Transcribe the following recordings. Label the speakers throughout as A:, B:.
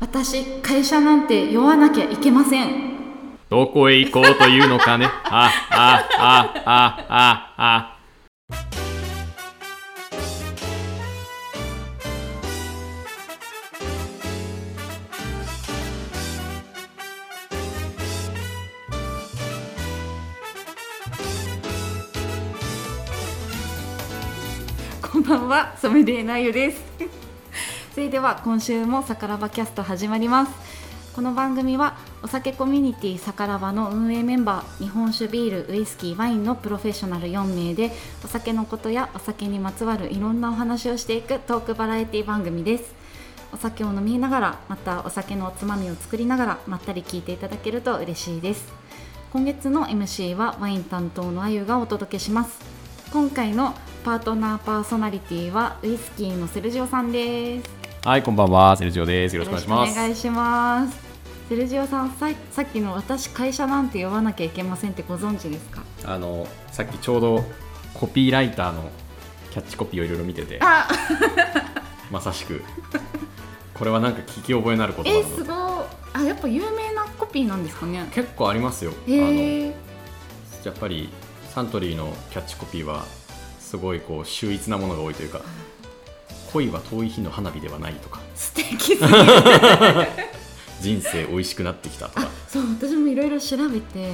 A: 私会社なんて酔わなきゃいけません
B: どこへ行こうというのかね。あ、あ、あ、あ、あ、あ。
A: こんばんはソムリエナユですそれでは今週もさからばキャスト始まりますこの番組はお酒コミュニティさからばの運営メンバー日本酒ビールウイスキーワインのプロフェッショナル4名でお酒のことやお酒にまつわるいろんなお話をしていくトークバラエティ番組ですお酒を飲みながらまたお酒のおつまみを作りながらまったり聞いていただけると嬉しいです今月の MC はワイン担当のあゆがお届けします今回のパートナーパーソナリティはウイスキーのセルジオさんです
B: はい、こんばんは。セルジオです。よろしくお願いしま
A: よろしくお
B: す。
A: 願いしますセルジオさんささっきの私会社なんて呼ばなきゃいけませんってご存知ですか
B: あの、さっきちょうどコピーライターのキャッチコピーをいろいろ見てて、
A: あ
B: まさしく。これはなんか聞き覚えのあること
A: え
B: だ
A: す
B: と。
A: ごいあやっぱ有名なコピーなんですかね
B: 結構ありますよ。あの、
A: へえ
B: やっぱりサントリーのキャッチコピーは。すごいこう秀逸なものが多いというか。恋は遠い日の花火ではないとか、
A: 素敵すぎる
B: 人生美味しくなってきたとか
A: あ。そう私もいろいろ調べて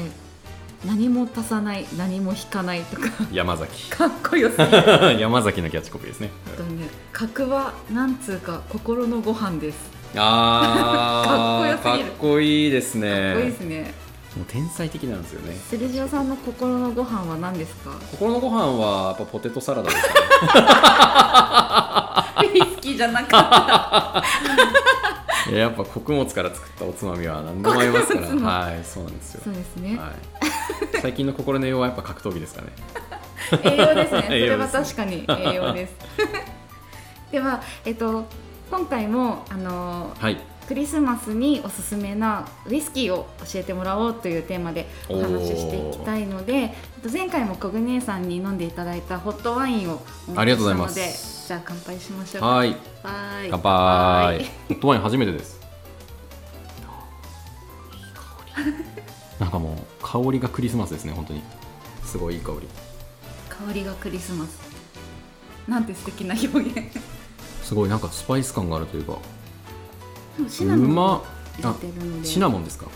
A: 何も足さない何も引かないとか
B: 山崎。
A: かっこよすぎる
B: 山崎のキャッチコピーですね。
A: あとね格はなんつうか心のご飯です
B: あ
A: か
B: ー
A: っこよすぎる
B: かっこいいですね
A: かっこいいですね
B: もう天才的なんですよね
A: セルジオさんの心のご飯は何ですか
B: 心のご飯はやっぱポテトサラダですね
A: ウイスキーじゃなかっ
B: い ややっぱ穀物から作ったおつまみは何でも合いますか ら
A: 穀物の
B: はいそうなんです
A: た
B: よ
A: そうですね、
B: はい最近の心の栄養はやっぱ格闘技ですかね
A: 栄養ですね。そ
B: 栄
A: れ
B: 養
A: は
B: ですね
A: 確かに栄養です。 では、えっと、今回も、あの、
B: はい
A: クリスマスにおすすめなウイスキーを教えてもらおうというテーマでお話ししていきたいので。えっと前回もコグ姉さんに飲んでいただいたホットワインをお持ちしたので。
B: ありがとうございます
A: じゃあ、乾杯しましょう。
B: はい
A: 乾
B: 乾
A: は
B: 杯
A: い
B: ホットワイン初めてですなんかもう香りがクリスマスですね本当にすごいいい香り
A: 香りがクリスマス。なんて素敵な表現。です
B: ごいなんかスパイス感があるというか
A: もシ
B: う
A: ナモン
B: まっ
A: も 入れてるので。
B: シナモンですか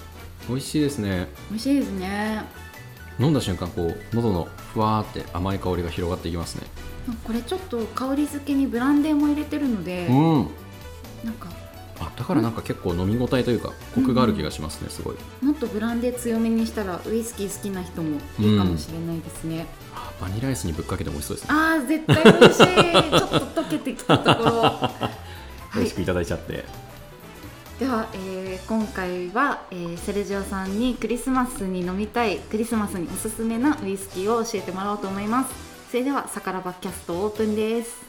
B: 美味しいですね
A: 美味しいですね。
B: 飲んだ瞬間こう喉のふわーって甘い香りが広がっていきますね
A: これちょっと香り付けにブランデーも入れてるので、
B: うん
A: なんか
B: あだからなんか結構飲み応えというかコクがある気がしますねすごい
A: もっとブランデー強めにしたらウイスキー好きな人もいいかもしれないですね、
B: あバニラアイスにぶっかけても美味しそうですね
A: あー絶対美味しいちょっと溶けてきたと ころはい
B: 美味しくいただいちゃって
A: では、えー今回は、えーセルジオさんにクリスマスに飲みたいクリスマスにおすすめなウイスキーを教えてもらおうと思いますそれでは「さからばキャスト」オープンです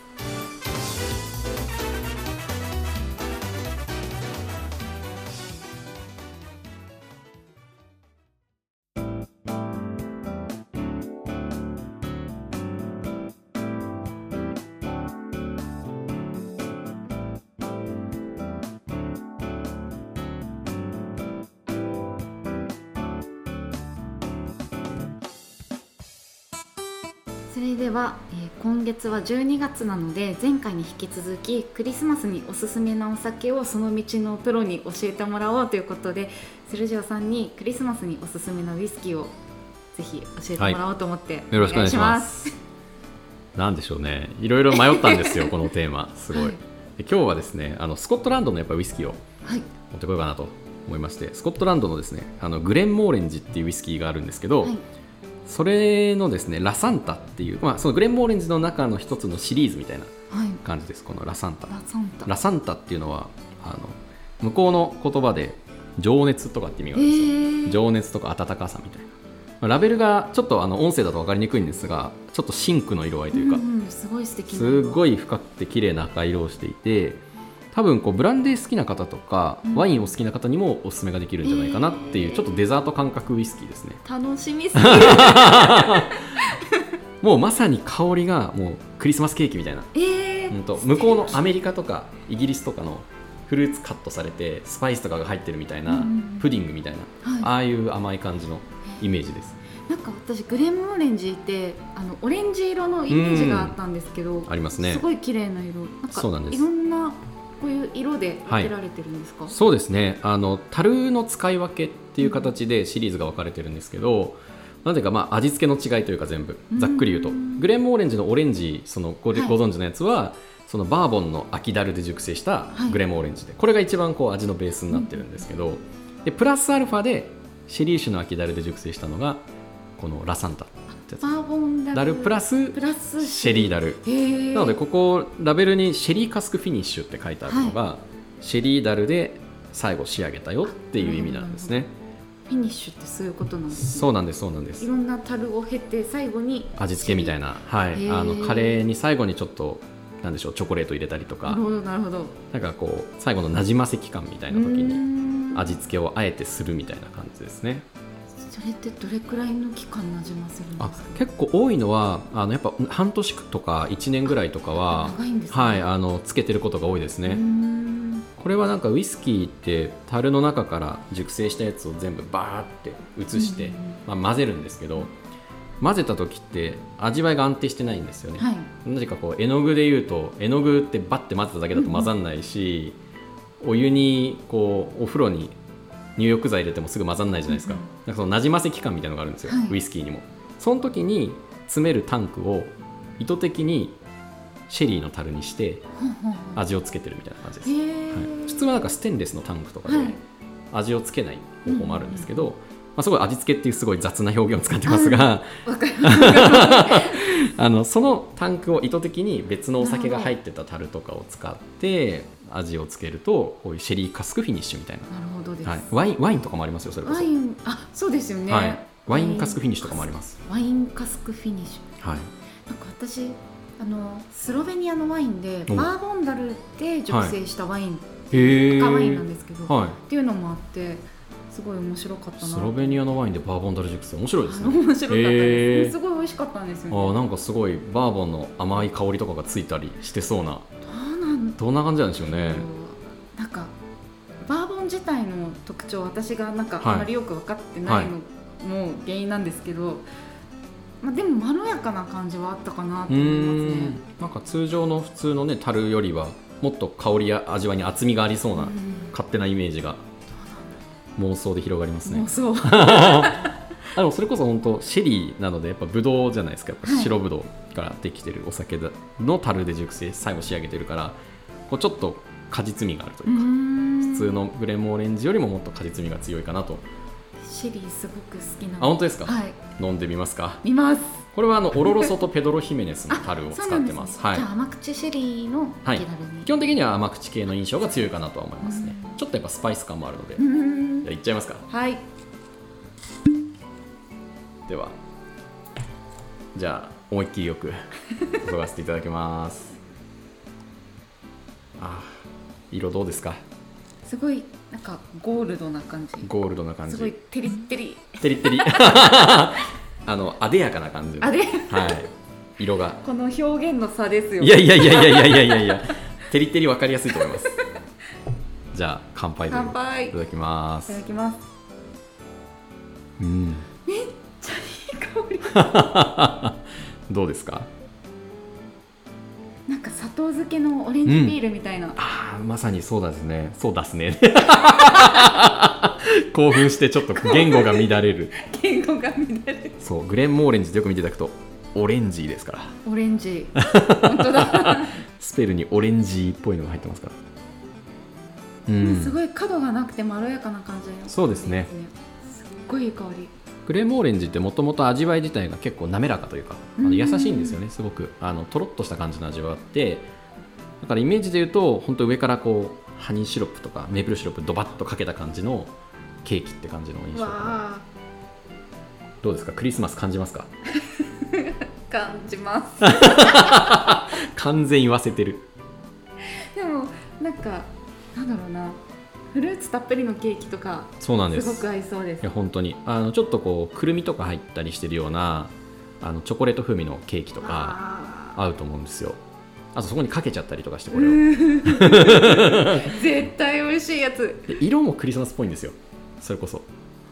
A: それでは、えー今月は12月なので前回に引き続きクリスマスにおすすめなお酒をその道のプロに教えてもらおうということでセルジオさんにクリスマスにおすすめのウイスキーをぜひ教えてもらおうと思って、。
B: いよろしくお願いしますなんでしょうねいろいろ迷ったんですよこのテーマすごい、
A: はい
B: で今日はですねあのスコットランドのやっぱウイスキーを
A: はい、
B: 持ってこようかなと思いましてスコットランドのですねあのグレンモーレンジっていうウイスキーがあるんですけど、
A: はい、
B: それのですねラサンタっていう、まあ、そのグレンモーレンジの中の一つのシリーズみたいな
A: はい、
B: 感じですこのラサンタ
A: ラサンタ。
B: ラサンタっていうのはあの向こうの言葉で情熱とかって意味があるんですよ、
A: えー
B: 情熱とか温かさみたいなまあラベルがちょっとあの音声だと分かりにくいんですがちょっとシンクの色合いというか、
A: うんうん、すごい素敵な
B: すご
A: い
B: い深くて綺麗な赤色をしていて多分こうブランデー好きな方とか、
A: うん
B: ワインを好きな方にもおすすめができるんじゃないかなっていう、
A: えー
B: ちょっとデザート感覚ウイスキーですね
A: 楽しみす ぎる。
B: もうまさに香りがもうクリスマスケーキみたいな
A: えー
B: うんと向こうのアメリカとかイギリスとかのフルーツカットされてスパイスとかが入ってるみたい
A: うん
B: な
A: うんうん
B: プディングみたいな
A: はい
B: ああいう甘い感じのイメージです
A: なんか私グレンオレンジってあのオレンジ色のイメージがあったんですけど、
B: ありますね
A: すごい綺麗な色なんか
B: そうなんです
A: いろんなこういう色で分けられてるんですか、
B: そうですねあの樽の使い分けっていう形でシリーズが分かれてるんですけどなぜかまあ味付けの違いというか全部
A: うん
B: ざっくり言うとグレンモオレンジのオレンジそのご,、
A: はい
B: ご存知のやつはそのバーボンの秋だるで熟成した
A: はい
B: グレンモオレンジで、これが一番こう味のベースになってるんですけど、でプラスアルファでシェリー酒の秋だるで熟成したのがこのラサンタってや
A: バ
B: つ
A: ーボンダル
B: ダルプラス
A: プラス
B: シェリーダル
A: へー
B: なのでここラベルにシェリーカスクフィニッシュって書いてあるのが、シェリーダルで最後仕上げたよっていう意味なんですね。
A: フィニッシュってそういうことなんですね
B: そうなんですそうなんで
A: い
B: す。
A: ろんな樽を経て最後に
B: 味付けみたいな、は
A: へ
B: い、
A: ー
B: あのカレーに最後にちょっとなんでしょうチョコレート入れたりと
A: な
B: か
A: る、ほどなるほど
B: なんかこう最後のなじませ期間みたいな時
A: うー
B: に
A: ん
B: 味付けをあえてするみたいな感じですね。
A: それってどれくらいの期間なじませるん
B: あ
A: ですか
B: 結構多いのはあのやっぱ半年とか1年ぐらいとかは
A: 長いんですね
B: はいあのつけてることが多いですね。
A: うーん
B: これはなんかウイスキーって樽の中から熟成したやつを全部バーって移して、
A: うん
B: まあ、混ぜるんですけど混ぜた時って味わいが安定してないんですよね、
A: はい
B: なぜかこう絵の具でいうと絵の具ってバッて混ぜただけだと混ざんないし、お湯にこうお風呂に入浴剤入れてもすぐ混ざんないじゃないですか,、
A: うんうん
B: なんかそのなじませ期間みたいなのがあるんですよ、
A: はい
B: ウイスキーにもその時に詰めるタンクを意図的にシェリーの樽にして
A: ほんほんほん
B: 味をつけてるみたいな感じです
A: へえ、
B: はい、普通はなんかステンレスのタンクとかで
A: はい
B: 味をつけない方法もあるんですけど、まあ、すごい味付けっていうすごい雑な表現を使ってますが、
A: わかる
B: あのそのタンクを意図的に別のお酒が入ってた樽とかを使って味をつけるとこういうシェリーカスクフィニッシュみたい
A: なるほどです、
B: な、はい、ワインワインとかもありますよそれこそ
A: ワインあそうですよね、
B: はい、ワインカスクフィニッシュとかもあります、
A: ワインカスクフィニッシュ
B: はい、
A: なんか私あのスロベニアのワインで
B: お
A: バーボンダルで熟成したワイン、
B: へえ
A: 赤ワインなんですけど、
B: は
A: っていうのもあってすごい面白かっ
B: い、
A: たな
B: スロベニアのワインでバーボンダル熟成面白いです
A: あ
B: ね
A: の面白かったで
B: へ
A: す、す
B: ー
A: ごい美味しかったんです
B: あ
A: よ
B: ー
A: ね
B: なんかすごいバーボンの甘い香りとかがついたりしてそうな
A: どうなん
B: どんな感じなんでしょう
A: だろ
B: ね
A: う、なんかバーボン自体の特徴私がなんか
B: はい
A: あまりよく分かってないのも原因なんですけど、まあ、でもまろやかな感じはあったかなと
B: うー
A: 思いますね
B: んなんか通常の普通のね樽よりはもっと香りや味わいに厚みがありそうな
A: うん
B: 勝手なイメージが妄想で広がります
A: も
B: ね
A: うそう
B: あでもそれこそ本当シェリーなのでやっぱブドウじゃないですかやっぱ
A: はい
B: 白ブドウからできてるお酒だの樽で熟成最後仕上げてるからこうちょっと果実味があるというか、
A: 普
B: 普通のグレモオレンジよりももっと果実味が強いかなと
A: シェリーすごく好きな
B: あ
A: の
B: 本当ですか、
A: はい
B: 飲んでみますか
A: 見ます
B: これはあのオロロソとペドロヒメネスの樽を使ってます
A: そうなんでね
B: はい
A: じゃあ甘口シェリーの
B: はい
A: 気軽に
B: 基本的には甘口系の印象が強いかなとは思いますね
A: うん
B: ちょっとやっぱスパイス感もあるので
A: う
B: じゃ
A: ん
B: あいっちゃいますか
A: はい
B: ではじゃあ思いっきりよく 注がせていただきますあー色どうですか
A: すごいなんかゴールドな感じ
B: ゴールドな感
A: す
B: じ
A: ごいテリッテリ
B: テリッ テリあのあでやかな感じの
A: あれ
B: はい色が
A: この表現の差ですよ
B: いやいやいやいやいやいやいやテリッテリ分かりやすいと思いますじゃあ乾杯で
A: 乾杯
B: いただきま
A: いただ
B: す
A: きます
B: うん
A: 香り
B: どうですか
A: なんか砂糖漬けのオレンジビールみたいな、
B: ああまさにそうですねそうですね 興奮してちょっと言語が乱れる
A: 言語が乱れる
B: そうグレン・モーレンジでよく見ていただくとオレンジーですから
A: オレンジ本当だ、
B: スペルにオレンジーっぽいのが入ってますからうん
A: すごい角がなくてまろやかな感じの
B: そうですね
A: すっごいいい香り
B: グレン・モーレンジってもともと味わい自体が結構滑らかというかあ
A: う
B: の
A: ん
B: 優しいんですよねすごくあのとろっとした感じの味わいがあってだからイメージで言うと本当上からこうハニーシロップとかメープルシロップドバッとかけた感じのケーキって感じの印象かな
A: わあ
B: どうですかクリスマス感じますか
A: 感じます
B: 完全言わせてる
A: でもなんかなんだろうなフルーツたっぷりのケーキとか
B: そうなんです
A: すごく合いそうです
B: いや本当にあのちょっとこうくるみとか入ったりしてるようなあのチョコレート風味のケーキとか
A: あ
B: 合うと思うんですよあとそこにかけちゃったりとかしてこ
A: う
B: れを
A: ー絶対美味しいやつ
B: で色もクリスマスっぽいんですよそれこそ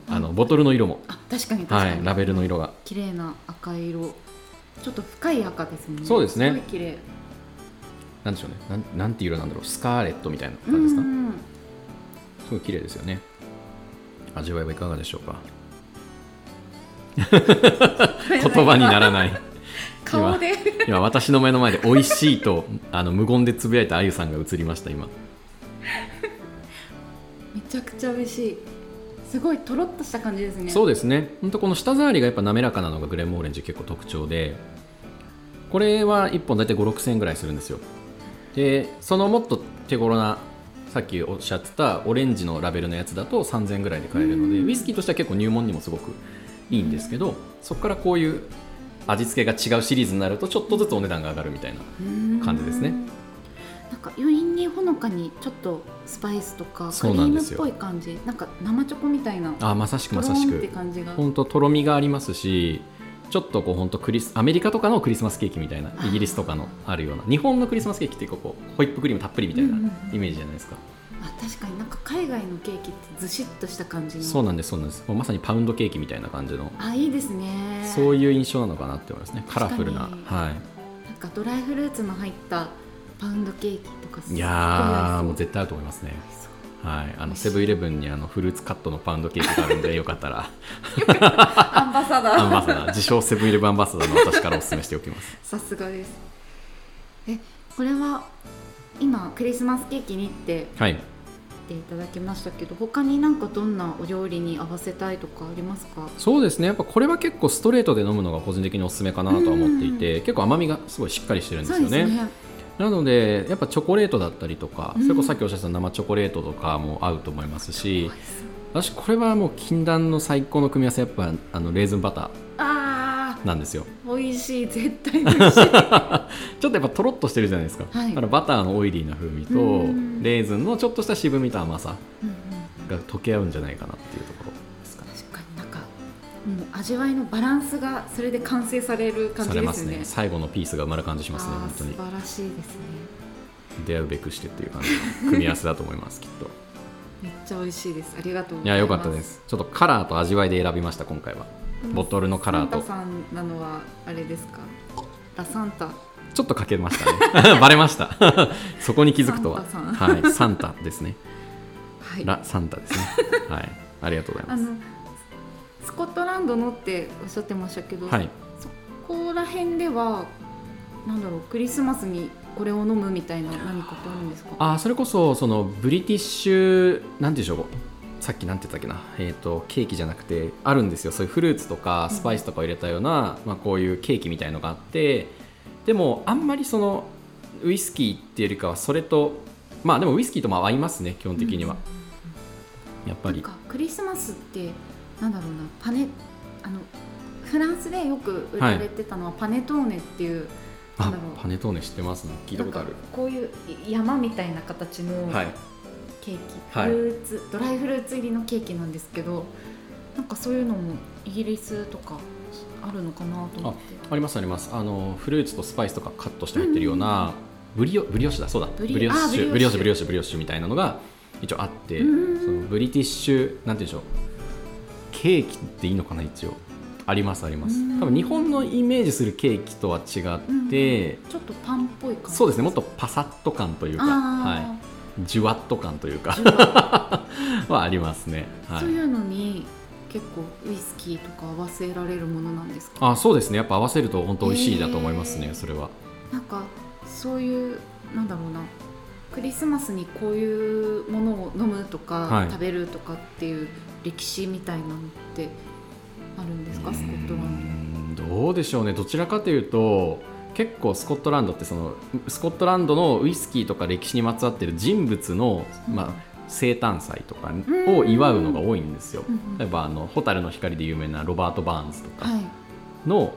B: あのボトルの色も、
A: あ確かに確か
B: は
A: に、
B: い、ラベルの色が
A: 綺麗な赤い色ちょっと深い赤ですもんね
B: そうですね
A: すごい綺麗
B: なんでしょうねなんなんていう色なんだろうスカーレットみたいな感じですか、
A: うん
B: すごい綺麗ですよね味わいはいかがでしょうか言葉にな らない
A: 顔で
B: 今私の目の前で「美味しいと」あの無言でつぶやいたあゆさんが映りました今
A: めちゃくちゃ美味しいすごいとろっとした感じですね
B: そうですねほんとこの舌触りがやっぱ滑らかなのがグレモオレンジ結構特徴でこれは1本大体5 6千円ぐらいするんですよでそのもっと手頃なさっきおっしゃってたオレンジのラベルのやつだと3000円ぐらいで買えるので
A: うん
B: ウイスキーとしては結構入門にもすごくいいんですけどそこからこういう味付けが違うシリーズになるとちょっとずつお値段が上がるみたいな感
A: 感
B: じですね
A: なんか余韻にほのかにちょっとスパイスとかク
B: そ
A: リ
B: うな
A: ー
B: ん
A: ム
B: です
A: っ
B: よ
A: ぽい感じなんか生チョコみたいな
B: あまさしく
A: と
B: ま
A: ろ
B: さし
A: んって
B: く
A: 感じが
B: 本当とろみがありますしちょっとこう本当クリスアメリカとかのクリスマスケーキみたいなイギリスとかのあるような日本のクリスマスケーキってここホイップクリームたっぷりみたいな
A: うんうんうん
B: イメージじゃないですか、
A: あ確かになんか海外のケーキってずしっとした感じの
B: そうなんですそうなんですもうまさにパウンドケーキみたいな感じの
A: あいいですね
B: そういう印象なのかなって思いますねカラフルな
A: 確
B: は
A: なんかドライフルーツの入ったパウンドケーキとかす
B: い
A: っ
B: い
A: ご
B: やーも
A: 合
B: う
A: い
B: 絶対合うと思いますね
A: そう
B: はいあのセブンイレブンにあのフルーツカットのパウンドケーキがあるんでよかったら
A: アンバサダー
B: アンバサダー自称セブンイレブンアンバサダーの私からお勧めしておき ます
A: さすがですえこれは今クリスマスケーキにって
B: はい
A: っていただきましたけど他になんかどんなお料理に合わせたいとかありますか
B: そうですねやっぱこれは結構ストレートで飲むのが個人的におすすめかなとは思っていて、結構甘みがすごいしっかりしてるんですよねなのでやっぱチョコレートだったりとか、
A: うん
B: それこそさっきおっしゃった生チョコレートとかも合うと思います
A: 美味
B: し
A: しそう
B: 私これはもう禁断の最高の組み合わせやっぱあのレーズンバタ
A: あ
B: ーなんですよ
A: ー美味しい絶対美味しい
B: ちょっとやっぱとろっとしてるじゃないですか、
A: はい
B: だからバターのオイリーな風味と
A: うん
B: レーズンのちょっとした渋みと甘さ
A: うんうん
B: が溶け合うんじゃないかなっていうところですかね
A: 確かになんかもう味わいのバランスがそれで完成される感
B: さ
A: じ
B: れ
A: で
B: ますす
A: よね
B: ね最後のピースが埋まる感じしますね
A: あ
B: 本
A: ー
B: 当
A: 素
B: に
A: 晴らしいですね
B: 出会うべくしてっていう感じの組み合わせだと思いますきっ と
A: めっちゃ美味しいですありがとうご
B: い
A: ざいま
B: や
A: す
B: 良かったですちょっとカラーと味わいで選びました今回はボトルのカラーと
A: サンタさんなのはあれですかラサンタ
B: ちょっとかけましたね バレましたそこに気づくとは
A: サンタさ
B: はいサンタですね
A: はい
B: ラサンタですねはいありがとうござい
A: あ
B: ます
A: のスコットランドのっておっしゃってましたけど、
B: はい
A: そこら辺ではなんだろうクリスマスにこれを飲むみたいな何かってあるんですか
B: あーそれこそそのブリティッシュなんていうんでしょうさっきなんて言ったっけな、えー、とケーキじゃなくてあるんですよそういうフルーツとかスパイスとかを入れたような、まあ、こういうケーキみたいのがあってでもあんまりそのウイスキーっていうよりかはそれとまあでもウイスキーとも合いますね基本的には、やっぱ
A: なん
B: り
A: かクリスマスってなんだろうなパネあのフランスでよく売られてたのはパネトーネっていう、な
B: あ
A: んだろう
B: パネトーネ知ってますね聞いたことあ
A: な
B: る
A: んかこういう山みたいな形の
B: はい
A: ケーキ、
B: はい
A: フルーツドライフルーツ入りのケーキなんですけどなんかそういうのもイギリスとかあるのかなと思って
B: ありますありますあのフルーツとスパイスとかカットして入ってるような、ブリオブリオッシュだそうだ
A: ブリ
B: オッシュ
A: あ
B: ブ
A: ブ
B: リ
A: リ
B: オ
A: オ
B: ッ
A: ッシ
B: シュ
A: ュ
B: ブリオッシュブリオッシュみたいなのが一応あって
A: うん
B: そのブリティッシュなんて言うんでしょうケーキっていいのかな一応ありますあります
A: うん
B: 多分日本のイメージするケーキとは違って、
A: ちょっとパンっぽい感じ
B: そうですねもっとパサッと感というか、は
A: あ
B: い、ジュワッと感というか
A: ー、じゅわ
B: はありますね、はい、
A: そういうのに結構ウイスキーとか合わせられるものなんですか
B: あそうですねやっぱ合わせると本当美味しいだと思いますね、
A: へー
B: それは
A: なんかそういうなんだろうなクリスマスにこういうものを飲むとか、
B: はい
A: 食べるとかっていう歴史みたいなのってあるんですかスコットラン
B: ンドどうでしょうねどちらかというと結構スコットランドってそのスコットランドのウイスキーとか歴史にまつわってる人物の、
A: うん
B: まあ、生誕祭とか
A: ん
B: を祝うのが多いんですよ
A: ド、うんう
B: 例え
A: ん
B: ばあの「蛍の光」で有名なロバート・バーンズとか
A: はい
B: の,、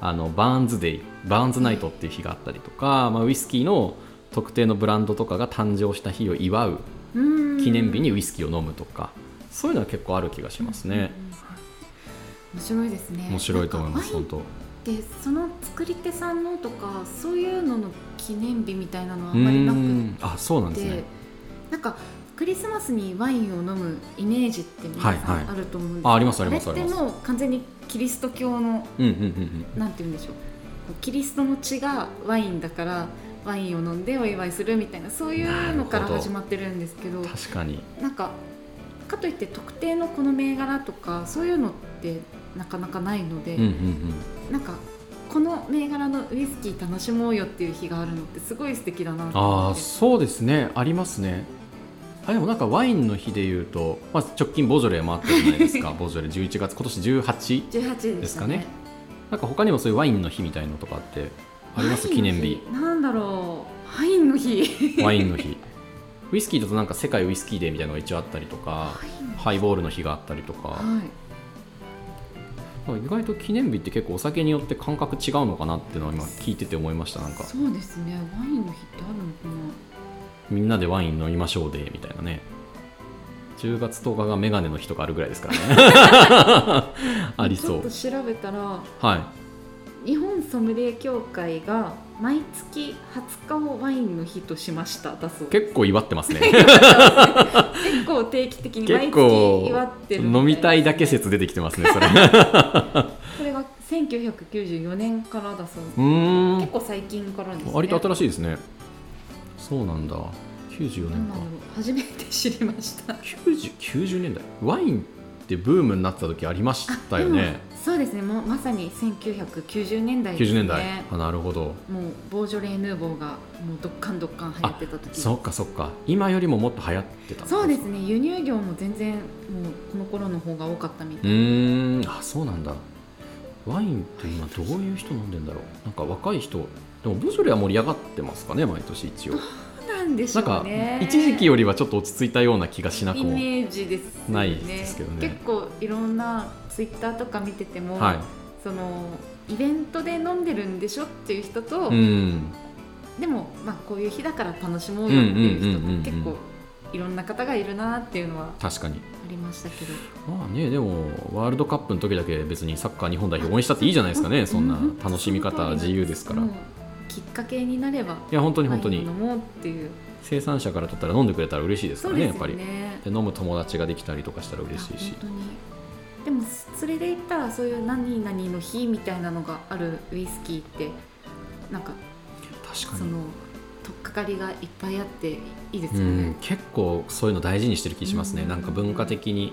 B: あのバーンズデイバーンズナイトっていう日があったりとか、まあ、ウイスキーの特定のブランドとかが誕生した日を祝う
A: うん
B: 記念日にウイスキーを飲むとか、そういうのは結構ある気がしますね、
A: 面白いですね
B: 面白いと思います
A: なん
B: 本
A: か
B: 当
A: でその作り手さんのとかそういうのの記念日みたいなのはあんまりなく
B: うー
A: っ
B: んあそうなんです
A: て
B: ね
A: なんかクリスマスにワインを飲むイメージって皆さ
B: はい
A: ん
B: は
A: あると思うんですけど
B: あありますあります
A: あれっ
B: あ
A: て
B: ります
A: もう完全にキリスト教の
B: うんうんうんうん
A: なんて言うんでしょうキリストの血がワインだからワインを飲んでお祝いするみたいなそういうのから
B: なるほど
A: 始まってるんですけど
B: 確かに
A: なんかかといって特定のこの銘柄とかそういうのってなかなかないので、
B: うんうんうん
A: なんかこの銘柄のウイスキー楽しもうよっていう日があるのってすごい素敵だなと思
B: あ
A: っ
B: あ
A: て
B: そうですねありますねあでもなんかワインの日でいうと、まあ、直近ボジョレーもあったじゃないで すかボジョレー11月今年18
A: 18でしたね
B: ですかねなんか他にもそういうワインの日みたいのとかってあります記念日
A: ワインのなんだろうワインの 日
B: ワインの日ウイスキーだとなんか世界ウイスキーデーみたいなのが一応あったりとか
A: ワインの日
B: ハイボールの日があったりとか
A: はい
B: 意外と記念日って結構お酒によって感覚違うのかなっていうのは今聞いてて思いましたなんか
A: そうですねワインの日ってあるのかな
B: みんなでワイン飲みましょうでみたいなね10月10日がメガネの日とかあるぐらいで すからねありそ
A: ちょ
B: う
A: っと調べたら
B: は
A: 日本ソムリエ協会が毎月20日をワインの日としましただそう
B: い
A: 結
B: 結構祝ってますね
A: 構定期的に毎
B: 結
A: 月
B: 構
A: 祝ってる
B: 飲みたいだけ
A: ですね
B: 説出てきてますね それう
A: これが1994年からだそうです
B: ーん
A: 結構最近からですね
B: 割と新
A: しい
B: しいですねそうなんだ94年か
A: 初めて知りました
B: 90, 90年代ワインってブームになってた時ありましたよ
A: でも
B: ね
A: そうですねもうまさに1990年代です
B: 90
A: ね
B: 年代、あなるほど
A: もうボージョレーヌーボーがもうどっかんどっかん流行ってた時
B: そっかそっか今よりももっと流行ってた
A: そうです
B: ね
A: ね輸入業も全然もうこの頃の方が多かったみた
B: う
A: い、
B: ーんあそうなんだワインって今どういう人飲んでんだろうなんか若い人でもボジョレは盛り上がってますかね毎年一応
A: なんでし
B: な
A: ょ
B: んか
A: うね
B: 一時期よりはちょっと落ち着いたような気がしなく
A: イ
B: も
A: メ
B: はい
A: ージですよね
B: ないですけどね
A: 結構いろんなツイッターとか見てても、そのイベントで飲んでるんでしょっていう人と、
B: うん
A: でも、まあ、こういう日だから楽しもうよっていう人
B: うんうんうんうんうん
A: と結構いろんな方がいるなっていうのは
B: 確かに
A: ありましたけど
B: まあねでもワールドカップの時だけ別にサッカー日本代表応援したっていいじゃないですかねそんな
A: う
B: 楽しみ
A: その通り
B: 方
A: なん
B: 自由ですから
A: も
B: いう
A: きっかけになれば
B: や本当に本当
A: ワイン
B: に
A: を飲もうっていう
B: 生産者から取ったら飲んでくれたら嬉しいですからねやっぱり
A: そうですよね
B: で飲む友達ができたりとかしたら嬉しいし
A: 本当にでもそれで言ったらそういう何々の日みたいなのがあるウイスキーってなんか
B: 確か
A: そ
B: に
A: の取っかかりがいっぱいあっていいです
B: う
A: よ
B: ん
A: ね、
B: 結構そういうの大事にしてる気しますね、
A: うん
B: なんか文化的に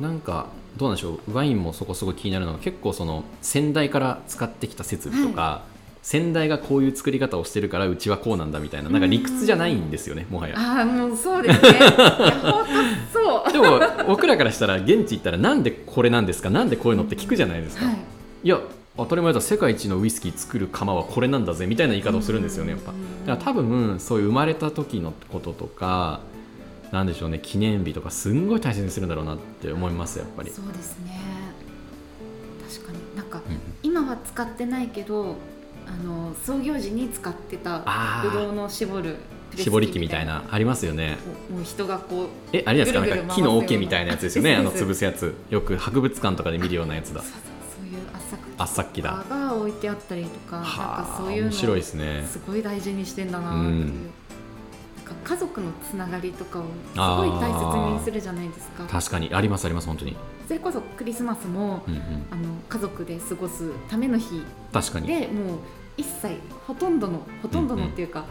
B: なんかどうなんでしょうワインもそこすごい気になるのが結構その先代から使ってきた設備とか、先代がこういう作り方をしてるからうちはこうなんだみたいななんか理屈じゃないんですよね、もはや
A: ああもうそう ですねいや本当そうは
B: でも僕らからしたら現地行ったらなんでこれなんですかなんでこういうのって聞くじゃないですか、い、
A: い
B: や当たり前だ世界一のウイスキー作る釜はこれなんだぜみたいな言い方をするんですよねやっぱだから多分そういう生まれた時のこととかなんでしょうね記念日とかすんごい大切にするんだろうなって思いますやっぱり、
A: そうですね確かになんか
B: うん
A: 今は使ってないけどあの創業時に使ってた
B: あー
A: ぶどうの絞るプレス機
B: 絞り器みたいなありますよね
A: もうもう人がこう
B: えあれじゃ
A: ぐ
B: ないですか
A: るぐる
B: な
A: 回
B: んか
A: す
B: 木
A: ような
B: の桶みたいなやつです よねあの
A: そう
B: 潰すやつよく博物館とかで見るようなやつだ
A: そうそうそういう浅く
B: あっさっきだ
A: が置いてあったりとか、なんか
B: はあ
A: そういうの
B: 面白いですね
A: すごい大事にしてんだなっていう、
B: うん
A: なんか家族のつながりとかをす
B: あ
A: ごい
B: ー
A: 大切にするじゃないですか
B: 確かにありますあります本当に、
A: それこそクリスマスも、
B: うんうん、
A: あの家族で過ごすための日
B: 確かに
A: でもう一切ほとんどのほとんどのっていうか、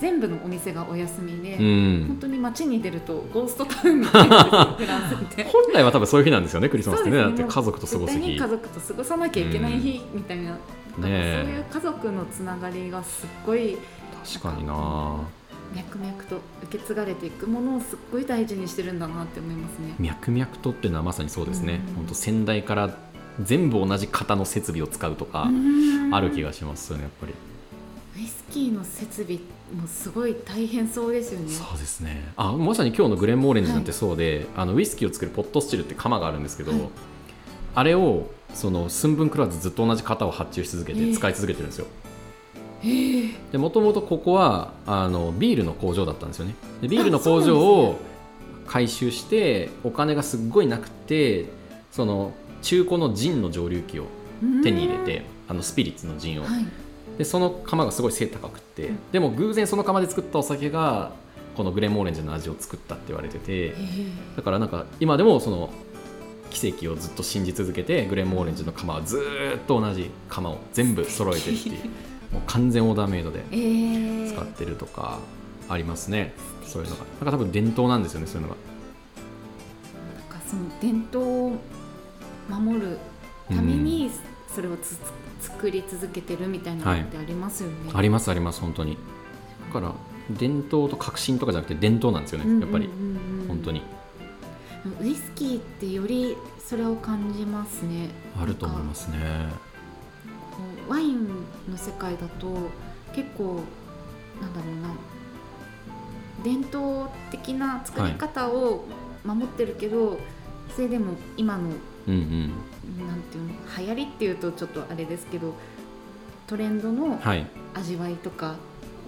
A: 全部のお店がお休みで、
B: うん
A: 本当に街に出るとゴーストタウンみたいなフランスって。
B: 本来は多分そういう日なんですよねクリスマスってね
A: そう
B: だ
A: で
B: っ
A: す
B: て
A: ね
B: 家族と過ごす
A: 絶対に
B: 日
A: 家族と過ごさなきゃいけない日みたいな,、なんか
B: ねえ
A: そういう家族のつながりがすっごい
B: 確かにな
A: 脈々と受け継がれていくものをすっごい大事にしてるんだなって思いますね。
B: 脈々とっていうのはまさにそうですね
A: うん
B: 本当先代から全部同じ型の設備を使うとか
A: うん
B: ある気がしますよねやっぱり
A: ウイスキーの設備もすごい大変そうですよね。
B: そうですねあまさに今日のグレンモーレンジなんてそうで、あのウイスキーを作るポットスチルって釜があるんですけど、
A: はい
B: あれをその寸分食らわずずっと同じ型を発注し続け
A: え
B: て
A: え
B: 使い続けてるんですよ、
A: へえ
B: でもともとここはあのビールの工場だったんですよねでビールの工場
A: そうなん
B: を回収して、お金がすっごいなくてその中古のジンの蒸留機を手に入れてあのスピリッツのジンを、
A: はい、
B: でその釜がすごい背高くてでも偶然その釜で作ったお酒がこのグレモーレンジの味を作ったって言われててだからなんか今でもその奇跡をずっと信じ続けてグレモーレンジの釜はずーっと同じ釜を全部揃えて るっていうもう完全オーダーメイドで
A: えー、
B: 使ってるとかありますねそういうのがなんか多分伝統なんですよねそういうのが。
A: なんかその伝統を守るためにそれをつ、作り続けてるみたいなのってありますよね。
B: ありますあります本当にだから伝統と革新とかじゃなくて伝統なんですよ
A: うんうん
B: ねやっぱり
A: うんうん
B: 本当に
A: ウイスキーってよりそれを感じますね
B: あると思いますすね
A: ワインの世界だと結構なんだろうな伝統的な作り方を守ってるけど、それでも今の
B: うんうん
A: なんていうの流行りっていうとちょっとあれですけどトレンドの
B: はい
A: 味わいとか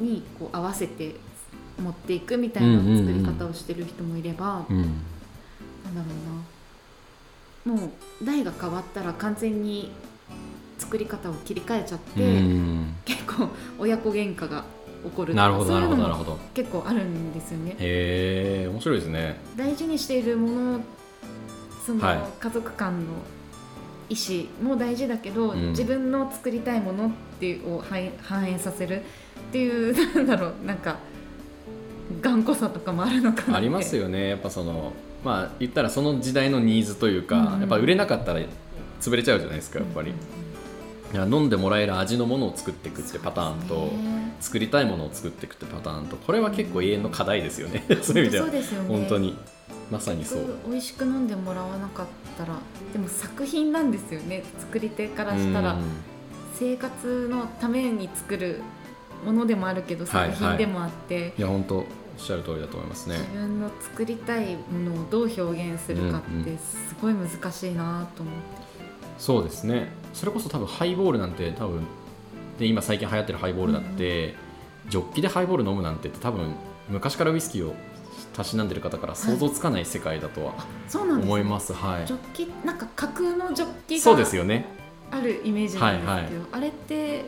A: にこう合わせて持っていくみたいな作り方をしてる人もいれば、
B: うん
A: なんだろうなもう代が変わったら完全に作り方を切り替えちゃって、
B: うん
A: 結構親子喧嘩が起こるとか
B: なるほど
A: そう
B: な
A: い
B: る
A: うの
B: ほど
A: も
B: なるほど
A: 結構あるんですよね
B: へえ面白いですね
A: 大事にしているものその、
B: はい
A: 家族間の意思も大事だけど、
B: うん
A: 自分の作りたいものっていうを反映反映させるっていう なんだろうなんか頑固さとかもあるのかなって
B: ありますよねやっぱそのまあ言ったらその時代のニーズというか、
A: うんうん
B: やっぱ売れなかったら潰れちゃうじゃないですかやっぱり、いや飲んでもらえる味のものを作っていくってパターン
A: そうで
B: と、
A: すね
B: 作りたいものを作っていくってパターンとこれは結構永遠の課題ですよね そうい
A: 本
B: う意味
A: 当
B: では
A: そうですよね
B: 本当にまさにそう
A: 美味しく飲んでもらわなかったらでも作品なんですよね作り手からしたら
B: うん
A: 生活のために作るものでもあるけど
B: はい
A: 作品でもあって、
B: いや本当おっしゃる通りだと思いますね
A: 自分の作りたいものをどう表現するかっ
B: うんう
A: てすごい難しいなと思って、
B: そうですねそれこそ多分ハイボールなんて多分で今最近流行ってるハイボールだって、ジョッキでハイボール飲むなんて多分昔からウイスキーをたしなんでる方から想像つかない世界だとは
A: そうなんですね
B: 思います、はい
A: ジョッキなんか架空のジョッキ
B: そうです
A: が
B: よね
A: あるイメージなんですけど、
B: はいはい
A: あれって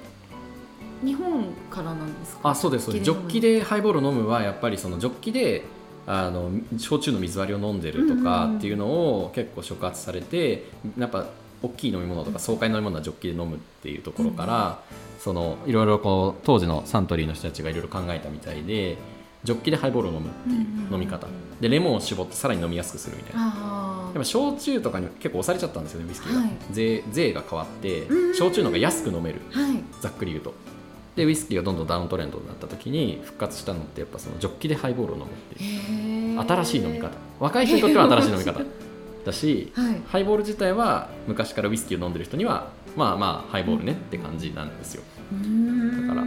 A: 日本からなんですか
B: あそうですそうですジョッキ
A: で
B: でハイボール飲むはやっぱりそのジョッキであの焼酎の水割りを飲んでると
A: うんうんう
B: か
A: ん
B: っていうのを結構触発されてやっぱ大きい飲み物とか爽快な飲み物はジョッキで飲むっていうところから、そのいろいろこう当時のサントリーの人たちがいろいろ考えたみたいでジョッキでハイボールを飲むって
A: うん
B: い
A: うん
B: う飲み方でレモンを絞ってさらに飲みやすくするみたいな。
A: あ
B: やっぱ焼酎とかに結構押されちゃったんですよねウイスキーが、
A: はい
B: 税税が変わって
A: うん
B: 焼酎の方が安く飲める
A: あはい
B: ざっくり言うとでウイスキーがどんどんダウントレンドになった時に復活したのってやっぱそのジョッキでハイボールを飲むっていう
A: へー
B: 新しい飲み方若い人にとっては新しい飲み方だし
A: はい
B: ハイボール自体は昔からウイスキーを飲んでる人にはまあまあハイボールねって感じなんですよ
A: だ
B: だから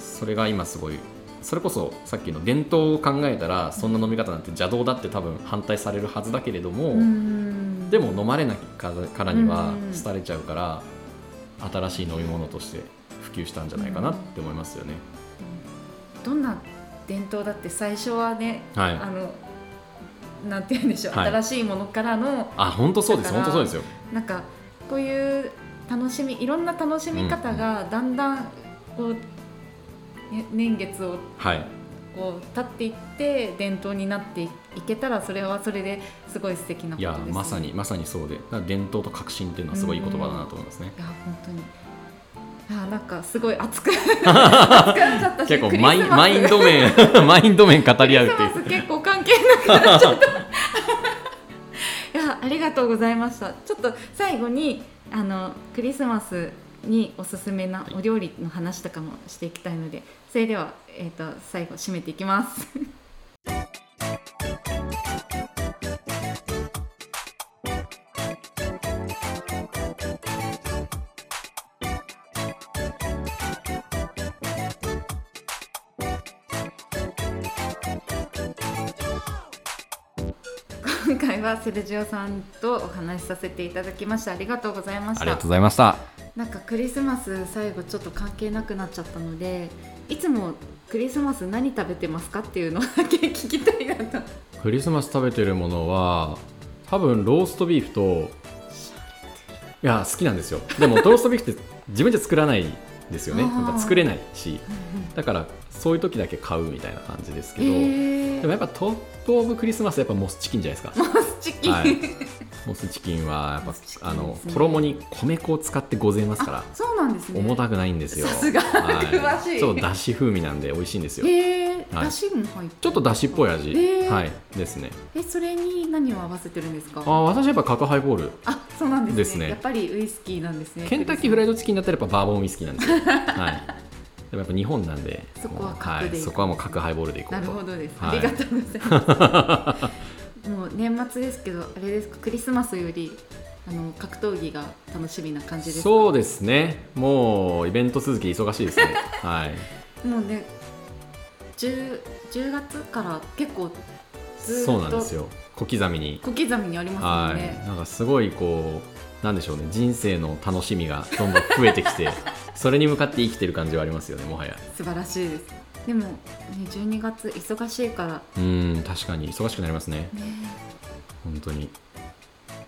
B: それが今すごいそれこそさっきの伝統を考えたらそんな飲み方なんて邪道だって多分反対されるはずだけれども、で
A: でも
B: も飲まれないからには
A: うんうん
B: 廃れちゃうから、新しい飲み物として普及したんじゃないかなって思いますよね。
A: どんな伝統だって最初はね、
B: はい
A: あのなんて言うんでしょう、
B: はい
A: 新しいものからの
B: あ本当そうです
A: だ
B: 本
A: から
B: 当そうですよ
A: なんかこういう楽しみいろんな楽しみ方がだんだんこう、ね年月を
B: はい
A: こう経っていって伝統になっていけたらそれはそれですごい素敵なこと
B: いや
A: です、ね、
B: まさにまさにそうでだから伝統と革新っていうのはすごいいい言葉だなと思いますね
A: いや本当にあなんかすごい熱 く熱くなっちゃったし
B: 結構
A: クリス
B: マ
A: マ
B: イ
A: ス
B: ンマインド面 マインド面語り合うっ
A: クリスマ
B: て
A: ス
B: いう
A: 結構関係なくなっちゃった いやありがとうございましたちょっと最後にあのクリスマスにおすすめなお料理の話とかもしていきたいのでそれでは、えー、と最後締めていきます 今回はセルジオさんとお話しさせていただきましたありがとうございまし
B: ありが
A: た
B: とうございました
A: なんかクリスマス最後ちょっと関係なくなっちゃったのでいつもクリスマス何食べてますかっていうのだけ聞きたいなと
B: クリスマス食べてるものは多分ローストビーフといや好きなんですよでもトロストビーフって自分じゃ作らないですよね
A: あー
B: やっぱ作れないしだからそういう時だけ買うみたいな感じですけど、
A: え
B: でもやっぱトップ・オブ・クリスマスはやっぱモスチキンじゃないですか
A: モスチキン、
B: はいモスチキンはや
A: モ
B: っ
A: スチキンですね
B: ぱ、あの衣に米粉を使ってごぜますから
A: あそうなんですね
B: 重たくないんですよ
A: さすが詳しい
B: ちょっとだし風味なんで美味しいんですよ
A: へえ
B: はい
A: だしも入って
B: ちょっとだしっぽい味、
A: へー
B: はい、ですね
A: えそれに何を合わせてるんですか
B: あー私はやっぱ角ハイボール
A: あそうなんですね
B: ですね
A: やっぱりウイスキーなんですね
B: ケンタッキーフライ
A: イ
B: ドチキンだったらやっぱバーボンウイスキ ーなんですよ、はい、でもやっぱ日本なんで
A: そこは
B: もう
A: 角でいこう
B: い、そこはもう角ハイボールでいこうと
A: なるほどです、
B: はい
A: ありがとうございますもう年末ですけどあれですかクリスマスよりあの格闘技が楽しみな感じですか
B: そうですねもうイベント続き忙しいですねはい
A: もうね 10, 10月から結構 ずっと
B: そうなんですよ小刻みに
A: 小刻みにありま
B: は
A: すもん
B: い
A: ね
B: なんかすごいこうなんでしょうね人生の楽しみがどんどん増えてき てそれに向かって生きてる感じはありますよねもはや
A: 素晴らしいですでも、ね、12月忙しいから、
B: うん確かに忙しくなりますね
A: ね、
B: 本当に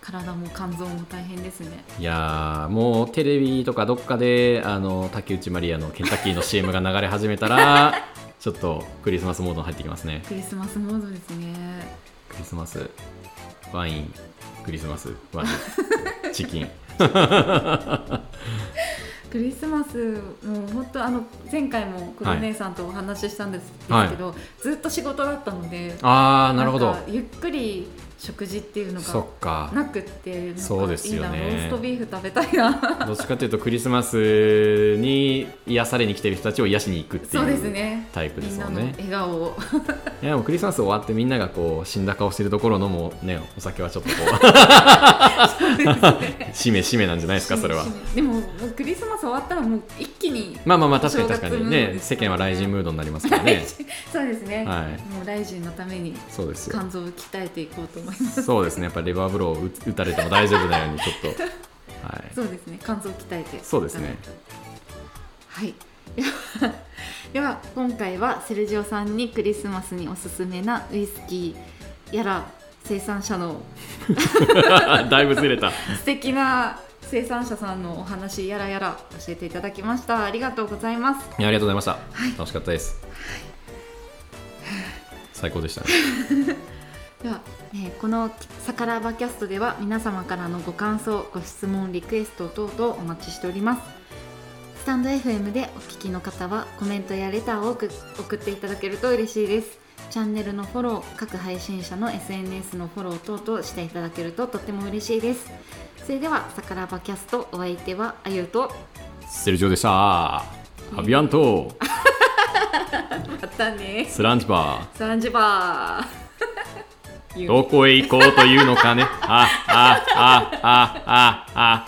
A: 体も肝臓も大変ですね
B: いやーもうテレビとかどっかであの竹内まりやのケンタッキーの CM が流れ始めたら ちょっとクリスマスモードに入ってきますね
A: クリスマスモードですね
B: クリスマスワインクリスマスワインチ キン
A: クリスマスもう本当あの前回も黒姉さんとお話ししたんですけど、
B: はい
A: ずっと仕事だったので
B: ああなるほど
A: んかゆっくり食事っていうの
B: そ
A: が
B: っか
A: なくってなんか
B: そうですよね
A: いいなローストビーフ食べたいな
B: どっちかというとクリスマスに癒されに来てる人たちを癒しに行くって
A: そうです
B: いう
A: ね
B: タイプで
A: みん
B: す
A: な
B: も
A: んの
B: ね
A: 笑顔を
B: いやでもクリスマス終わってみんながこう死んだ顔してるところのもうねお酒はちょっとこ
A: そうですね
B: うしめしめなんじゃないですかそれは
A: ししでももうクリスマス終わったらもう一気に
B: まあまあまあ確かに確か
A: お正
B: に
A: 月ムード
B: ね
A: です
B: 世
A: からね
B: 間は雷神ムードになりますからね
A: そうですね、
B: はい
A: もうライジンのために
B: そうですよ
A: 肝臓を鍛えていこうと思います
B: そうですねやっぱレバーブローを打打たれても大丈夫なようにちょっ とはい
A: そうですね肝臓を鍛えて
B: そうですね
A: はい ではでは今回はセルジオさんにクリスマスにおすすめなウイスキーやら生産者の
B: だい ぶずれた
A: 素敵な生産者さんのお話やらやら教えていただきましたありがとうございます
B: いやありがとうございました、楽しかったです、最高でしたね
A: では、えーこの「さからばキャスト」では皆様からのご感想ご質問リクエスト等々お待ちしておりますスタンド FM でお聞きの方はコメントやレターを送送っていただけると嬉しいですチャンネルのフォロー各配信者の SNS のフォロー等々していただけるととても嬉しいですそれでは「さからばキャスト」お相手はあゆと
B: セルジオでしたアビアント
A: またね
B: スランチバ
A: サンジバー
B: ーどこへ行こうというのかねあああああああ